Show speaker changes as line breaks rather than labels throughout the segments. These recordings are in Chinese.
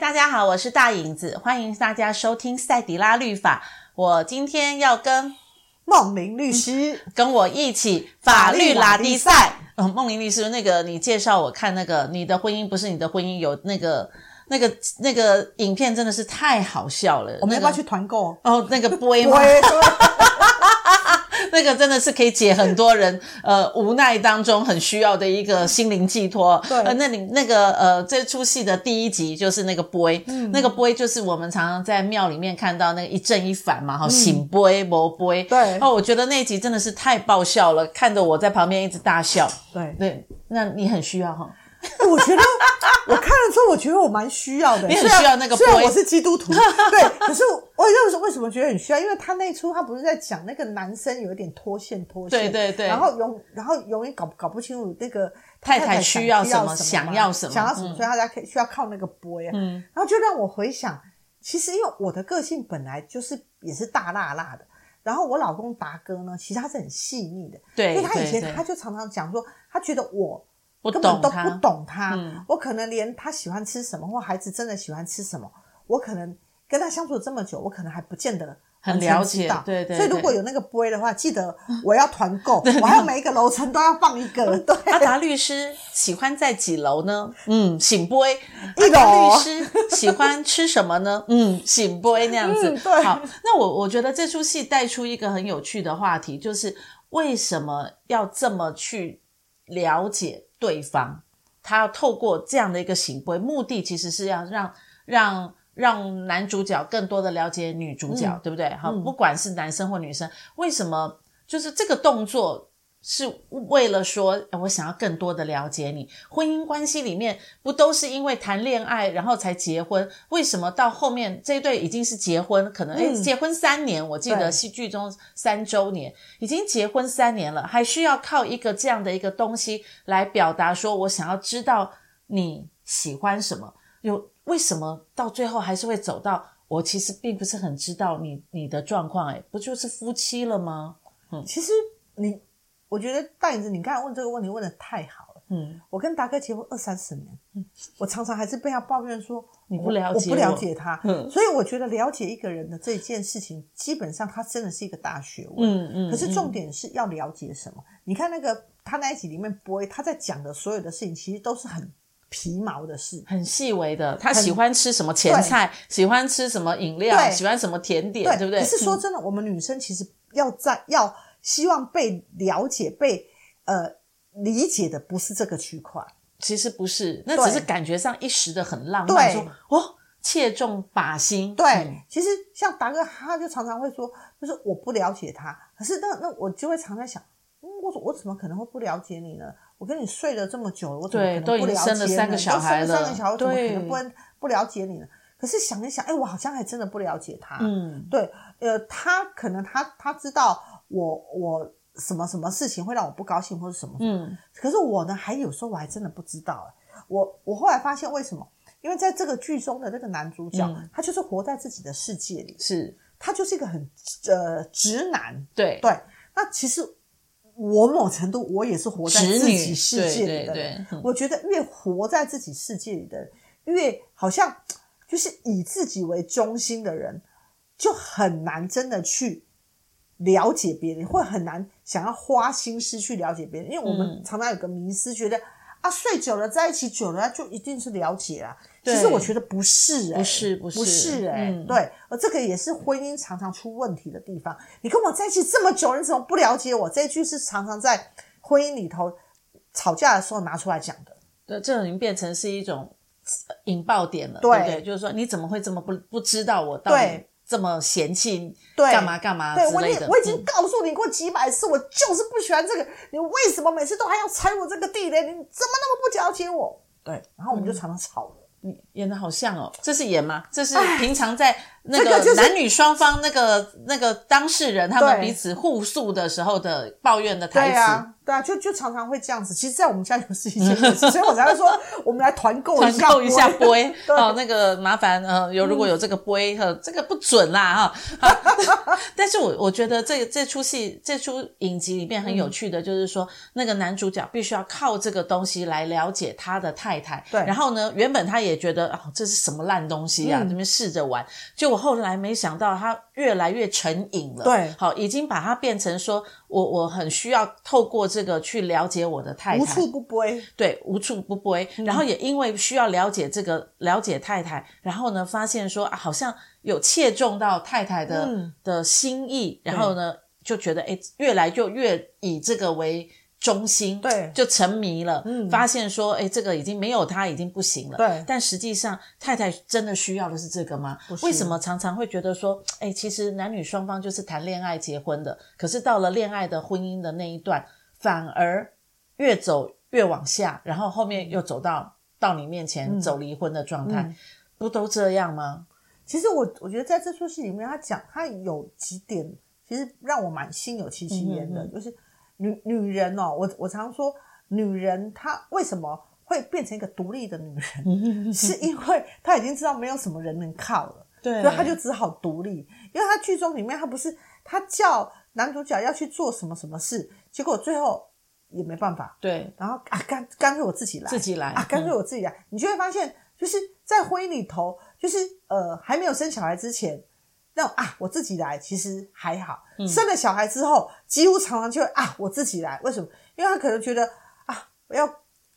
大家好，我是大影子，欢迎大家收听赛迪拉律法。我今天要跟
梦明律师，
跟我一起法律拉力赛。呃，梦玲律师，那个你介绍我看那个《你的婚姻不是你的婚姻》，有那个那个那个影片真的是太好笑了。
我们要不要
那
去
个
团购？
哦，那个波
我
吗？
也说
那个真的是可以解很多人呃无奈当中很需要的一个心灵寄托。
对
呃，那你那个呃这出戏的第一集就是那个 boy，、那
嗯
个 boy 就是我们常常在庙里面看到那个一正一反嘛，哈，醒 boy 魔 boy。
嗯对
哦，我觉得那一集真的是太爆笑了，看得我在旁边一直大笑。
对，
对，那你很需要哈。
我觉得我看了之后，我觉得我蛮需要的。
你很
虽然
需要那个
虽然
boy
我是基 督徒，对，可是我为什么为什么觉得很需要？因为他那一出他不是在讲那个男生有一点脱线脱线，
对对对
然后永然后永远搞搞不清楚那个
太太
太
需要
要什
什么
想
想要什么嗯
想要什么，所以大家可以需要靠那个 boy，嗯，然后就让我回想，其实因为我的个性本来就是也是大辣辣的。然后我老公达哥呢，其实他是很细腻的，
对
所以他以
对对
前他就常常讲说，他觉得我
不
根本
懂
都
他
不懂他，
嗯
我可能连他喜欢吃什么或孩子真的喜欢吃什么，我可能跟他相处这么久，我可能还不见得。
很了解
知道，
对对
所以如
对
果有那个 boy 的话，记得我要团 购，我还要每一个楼层都要放一个，对，
阿达律师喜欢在几楼呢？嗯，醒波。
一
阿达
楼
律师喜欢吃什么 呢？嗯，醒波那样子。
嗯对
好，那我我觉得这出戏带出一个很有趣的话题，就是为什么要这么去了解对方？他透过这样的一个行为，目的其实是要让让让男主角更多的了解女主
嗯
角，对不对？好，不管是男生或女生，为什么就是这个动作是为了说，呃我想要更多的了解你？婚姻关系里面不都是因为谈恋爱然后才结婚？为什么到后面这一对已经是结婚，可能诶、结婚三年，我记得
对
戏剧中三周年已经结婚三年了，还需要靠一个这样的一个东西来表达说我想要知道你喜欢什么？有为什么到最后还是会走到我其实并不是很知道你你的状况？诶，不就是夫妻了吗？
其实你，我觉得大影子，你刚才问这个问题问的太好了。
嗯，
我跟达哥结婚二三十年，我常常还是被他抱怨说
你不
我
了解
我不了
我
解他。
嗯
所以我觉得了解一个人的这件事情，基本上它真的是一个大学问。
嗯嗯
可是重点是要了解什么？你看那个他那一集里面播，他在讲的所有的事情，其实都是很皮毛的事。
很细微的，他喜欢吃什么前菜，喜欢吃什么饮料，
对
喜欢什么甜点，对不嗯对？
可是说真的，我们女生其实要在要希望被了解、被呃理解的，不是这个区块。
其实不是，那
对
只是感觉上一时的很浪漫，
对
说哦切中靶心，
对，
嗯
其实像达哥，他就常常会说，就是我不了解他，可是那那我就会常在想，嗯，我我怎么可能会不了解你呢？我跟你睡了这么久了，我怎么
对
可能不了解你呢？
都已经生了三个小孩了
都生了三个小孩，我怎么可
对
能不能不了解你呢？可是想一想，哎、我好像还真的不了解他。
嗯，
对，呃，他可能他他知道我我什么什么事情会让我不高兴或者什么，
嗯，
可是我呢，还有时候我还真的不知道、欸，我我后来发现为什么？因为在这个剧中的那个男主角，
嗯
他就是活在自己的世界里，
是
他就是一个很呃直男，
对
对，那其实我某程度我也是活在
直
自
女
己世界里的
对对
人
对嗯
我觉得越活在自己世界里的人，越好像就是以自己为中心的人，就很难真的去了解别人，会很难想要花心思去了解别人，因为我
嗯
们常常有个迷思，觉得。啊，睡久了，在一起久了，就一定是了解啦。
对
其实我觉得不是、欸，
不是不是
不是、欸，
嗯
对，而这个也是婚姻常常出问题的地方。你跟我在一起这么久，你怎么不了解我？这一句是常常在婚姻里头吵架的时候拿出来讲的。
对，这已经变成是一种呃引爆点了，对
对
不对？就是说你怎么会这么不不知道我到底
对
这么嫌弃
对
干嘛干嘛
对
啊之
我已
类
经
的？
我已经
嗯
告诉你过几百次，我就是不喜欢这个。你为什么每次都还要踩我这个地雷？你怎么那么不了解我？对，然后我
嗯
们就常常吵了。
你演的好像哦，这是演吗？这是平常在那
这个
个
就是
男女双方那个那个当事人他们
对
彼此互诉的时候的抱怨的台
对
词，
啊，对啊，就就常常会这样子。其实，在我们家也是 一件事，所以我才会说，我们来团购
团
一下，
购一下
对嗯
杯哦，那个麻烦呃，有如果有这个杯，呃，这个不准啦哈。 啊但是我我觉得这这出戏这出影集里面很有趣的，就是说、那个男主角必须要靠这个东西来了解他的太太。
对
然后呢，原本他也觉得哦，这是什么烂东西啊，
嗯
这边试着玩，结果后来没想到他越来越成瘾了。
对
好，已经把它变成说我我很需要透过这个去了解我的太太。
无处不归。
对，无处不归。然
嗯
后也因为需要了解这个了解太太，然后呢，发现说、啊、好像有切中到太太的、
嗯
的心意，然后呢，就觉得哎，越来就越以这个为中心，
对
就沉迷了。
嗯
发现说哎，这个已经没有他已经不行了。
对
但实际上太太真的需要的是这个吗
不？是
为什么常常会觉得说，哎，其实男女双方就是谈恋爱结婚的，可是到了恋爱的婚姻的那一段，反而越走越往下，然后后面又走到到你面
嗯
前走离婚的状态，不都这样吗？
其实我我觉得在这出戏里面，他讲他有几点，其实让我蛮心有戚戚焉的，就是女女人哦，我我常说女人她为什么会变成一个独立的女人，是因为她已经知道没有什么人能靠了，
对
所以她就只好独立。因为她剧中里面，她不是她叫男主角要去做什么什么事，结果最后也没办法，
对，
然后啊，干干脆我自己来，
自己来嗯
啊，干脆我自己来，你就会发现，就是在婚姻里头，就是呃，还没有生小孩之前，那种啊，我自己来其实还好，
嗯
生了小孩之后，几乎常常就会啊，我自己来，为什么？因为她可能觉得啊，我要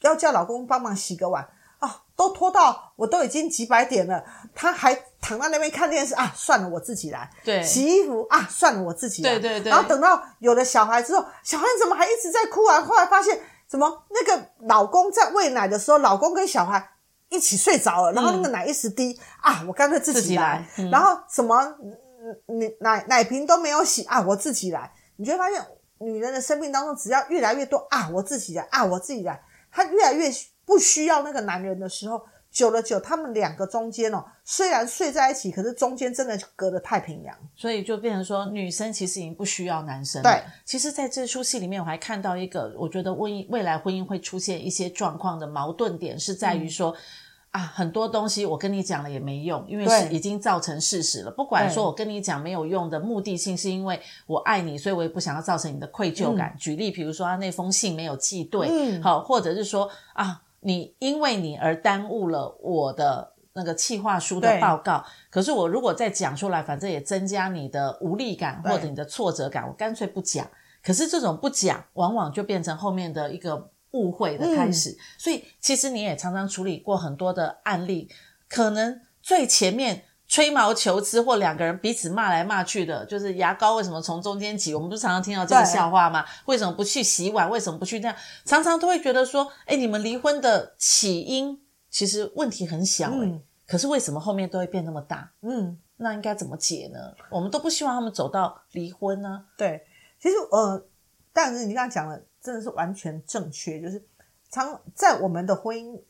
要叫老公帮忙洗个碗啊，都拖到我都已经几百点了，他还躺在那边看电视啊，算了，我自己来，
对
洗衣服啊，算了，我自己来，
对对对
然后等到有了小孩之后，小孩怎么还一直在哭啊？后来发现怎么那个老公在喂奶的时候，老公跟小孩一起睡着了，然后那个奶一直滴、啊，我干脆自
嗯自
己
己
来
来。
然后什么嗯你奶奶瓶都没有洗啊，我自己来。你就会发现，女人的生命当中，只要越来越多啊，我自己来啊，我自己来，她越来越不需要那个男人的时候。久了久，他们两个中间哦，虽然睡在一起，可是中间真的隔了太平洋。
所以就变成说，女生其实已经不需要男生了。
对，
其实在这出戏里面，我还看到一个，我觉得婚姻未来婚姻会出现一些状况的矛盾点，是在于
嗯
说。啊，很多东西我跟你讲了也没用，因为
对
是已经造成事实了。不管
对
说我跟你讲没有用的目的性，是因为我爱你，所以我也不想要造成你的愧疚感。举例，比如说他那封信没有寄对，
嗯
好，或者是说啊，你因为你而耽误了我的那个企划书的
对
报告。可是我如果再讲出来，反正也增加你的无力感
对
或者你的挫折感，我干脆不讲。可是这种不讲，往往就变成后面的一个误会的开
嗯
始。所以其实你也常常处理过很多的案例，可能最前面。吹毛求疵或两个人彼此骂来骂去的，就是牙膏为什么从中间挤？我们不是常常听到这个
对
笑话吗？为什么不去洗碗？为什么不去那样？常常都会觉得说，哎，你们离婚的起因其实问题很小、哎、
嗯
可是为什么后面都会变那么大？
嗯，
那应该怎么解呢？我们都不希望他们走到离婚啊呢、
对，其实呃，但是你刚刚讲的真的是完全正确，就是常在我们的婚姻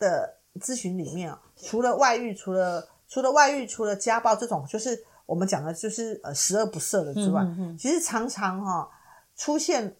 的咨询里面啊，除了外遇，除了除了外遇，除了家暴这种，就是我们讲的就是呃十恶不赦的之外，
嗯嗯嗯
其实常常哈、出现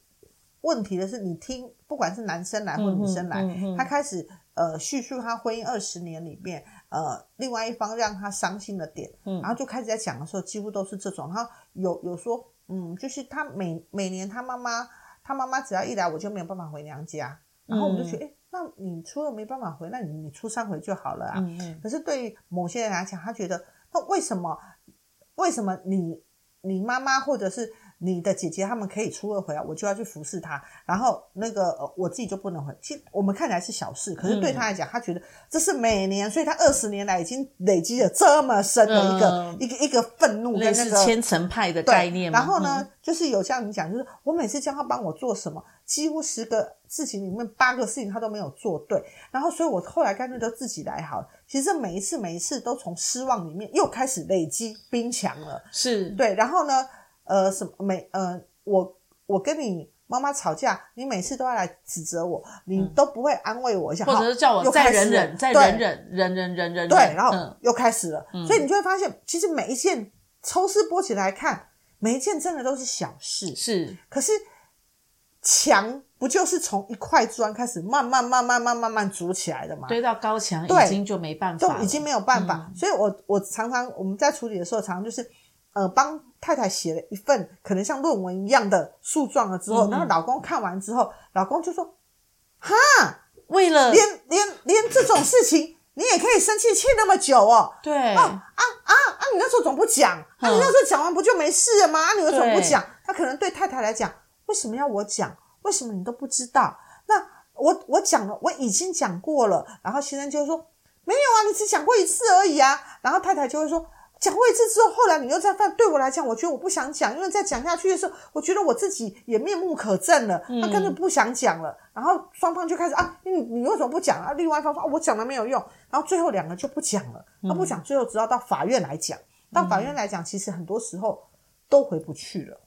问题的是，你听不管是男生来或女生来，
嗯嗯嗯嗯
他开始呃叙述他婚姻二十年里面呃另外一方让他伤心的点，
嗯
然后就开始在讲的时候，几乎都是这种，然后有有说嗯，就是他每每年他妈妈他妈妈只要一来，我就没有办法回娘家，然后我们就觉得
嗯
哎、诶那你除了没办法回，那你你出山回就好了啊，
嗯嗯
可是对于某些人来讲，他觉得那为什么为什么你你妈妈或者是你的姐姐他们可以出二回来，我就要去服侍她，然后那个、呃、我自己就不能回。其实我们看起来是小事，可是对他来讲，他觉得这是每年，所以他二十年来已经累积了这么深的一个、
嗯
一个一个愤怒
类
跟那
似
个
千层派的
对
概念嗯嘛。
然后呢，就是有像你讲，就是我每次叫他帮我做什么，几乎十个事情里面八个事情他都没有做对。然后，所以我后来干脆都自己来好了。其实这每一次每一次都从失望里面又开始累积冰墙了
嗯，。是
对，然后呢，呃，什么每呃，我我跟你。妈妈吵架，你每次都要来指责我，你都不会安慰我一
嗯
下，
或者是叫
好
我
又
再
开始
忍
了
忍，再
对
忍忍，忍忍忍忍。
对
忍，
然后
嗯
又开始了，所以你就会发现，其实每一件抽丝剥茧来看，每一件真的都是小事，
是
可是墙不就是从一块砖开始慢慢慢慢慢慢慢筑起来的吗？
堆到高墙
对
啊已经就没办
都
法了，
已经没有办法。
嗯
所以我我常常我们在处理的时候，常常就是呃帮太太写了一份可能像论文一样的诉状了之后，
嗯
然后老公看完之后，老公就说
为了
连连连这种事情你也可以生气气那么久哦。
对
哦啊啊啊！你那时候总不讲，啊，你
嗯
那时候讲完不就没事了吗？啊，你为什么不
对
讲？他可能对太太来讲，为什么要我讲？为什么你都不知道？那我我讲了，我已经讲过了。然后先生就会说，没有啊，你只讲过一次而已啊。然后太太就会说。讲过一次之后，后来你又再犯，对我来讲，我觉得我不想讲，因为再讲下去的时候，我觉得我自己也面目可憎了，那根本不想讲了。然后双方就开始啊，你你为什么不讲啊？另外一方说、啊、我讲了没有用，然后最后两个就不讲了，那不讲，最后只要到法院来讲。到法院来讲，其实很多时候都回不去了。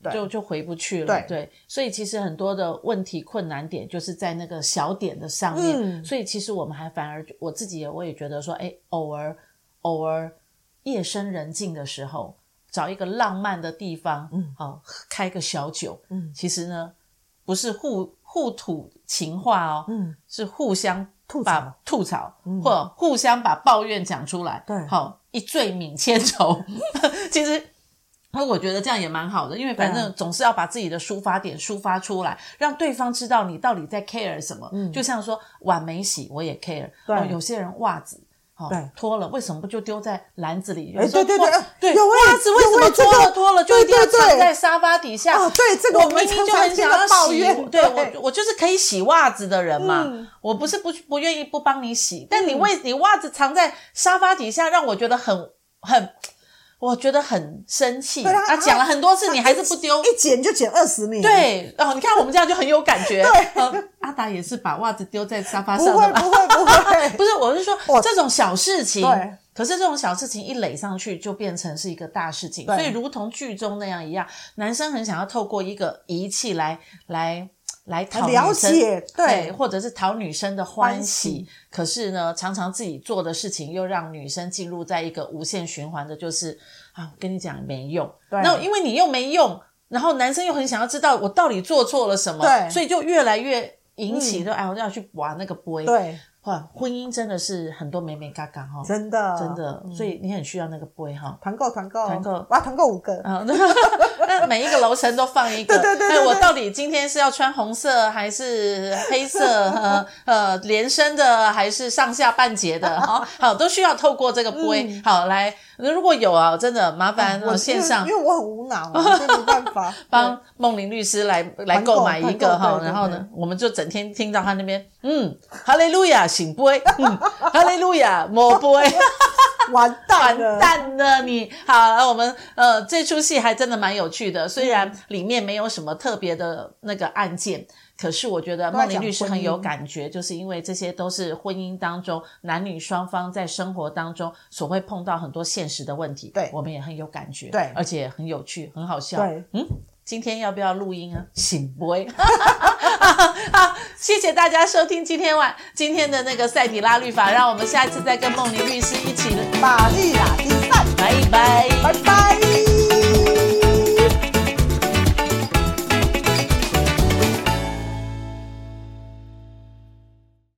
对
就就回不去了。
对
所以其实很多的问题困难点就是在那个小点的上面。
嗯
所以其实我们还反而我自己也我也觉得说，哎，偶尔偶尔夜深人静的时候，找一个浪漫的地方，嗯，哦，开个小酒，
嗯
其实呢不是互互吐情话哦，
嗯，
是互相
吐槽嗯
把吐槽，或互相把抱怨讲出来，
对
好一醉泯千愁。 其实，那我觉得这样也蛮好的，因为反
对啊
正总是要把自己的抒发点抒发出来，让对方知道你到底在 care 什么。就像说碗没洗，我也 care。
嗯对
哦有些人袜子。哦
对
脱了为什么不就丢在篮子里？有
哎
时候
对对
脱
对哎
对，
有哎
袜子为什
有
么
哎这
脱
个
了脱了就一定要
对对对
藏在沙发底下？
哦对这个
我
我们
明明
常
就
常
很
听
想
到
要
抱
洗
怨
我对我
对
我就是可以洗袜子的人嘛，
嗯
我不是不不愿意不帮你洗，但你为你袜子藏在沙发底下，让我觉得很很，我觉得很生气。
对啊
啊，讲了很多次，
他
你还是不丢。
一剪就剪二十年，，
对，哦，你看我们这样就很有感觉。
对
呃，阿达也是把袜子丢在沙发
不
上的
会
吧？
不会不会，
不是，我是说
我
这种小事情
对。
可是这种小事情一垒上去，就变成是一个大事情。
对
所以，如同剧中那样一样，男生很想要透过一个仪器来来来讨
了
女生
解对
或者是讨女生的欢喜。
欢喜
可是呢，常常自己做的事情又让女生进入在一个无限循环的，就是啊，我跟你讲没用。
对
那因为你又没用，然后男生又很想要知道我到底做错了什么，
对嗯
所以就越来越引起，就哎，我就要去玩那个杯。
对，
哇，婚姻真的是很多美美嘎嘎哈，
真的嗯
真的，所以你很需要那个 boy 哈。
团购团购
团购
我要团购五个，
啊， 那那每一个楼层都放一个。
对对对
哎
对
我
对
到底今天是要穿红色还是黑色？ 呃呃，连身的还是上下半截 的？好好，都需要透过这个 boy、好来。如果有啊，真的麻烦
嗯哦我
呃线上
因为因为我很无脑，所以没办法
帮梦玲律师来来
购
购买一个
团购
哈，
对
然后呢
对，
我们就整天听到他那边，嗯，哈利路亚醒杯，嗯，哈利路亚摸杯，
对完蛋
完
了，
蛋了你！好，那我们呃这出戏还真的蛮有趣的，虽然里面没有什么特别的那个案件，可是我觉得
都在
梦玲
讲
律师
婚
很有
姻
感觉，就是因为这些都是婚姻当中男女双方在生活当中所会碰到很多现实的问题，
对
我们也很有感觉，
对
而且很有趣，很好笑，
对，
嗯，今天要不要录音啊？醒不会。 好，谢谢大家收听今天晚今天的那个赛底拉律法，让我们下一次再跟梦玲律师一起
玛丽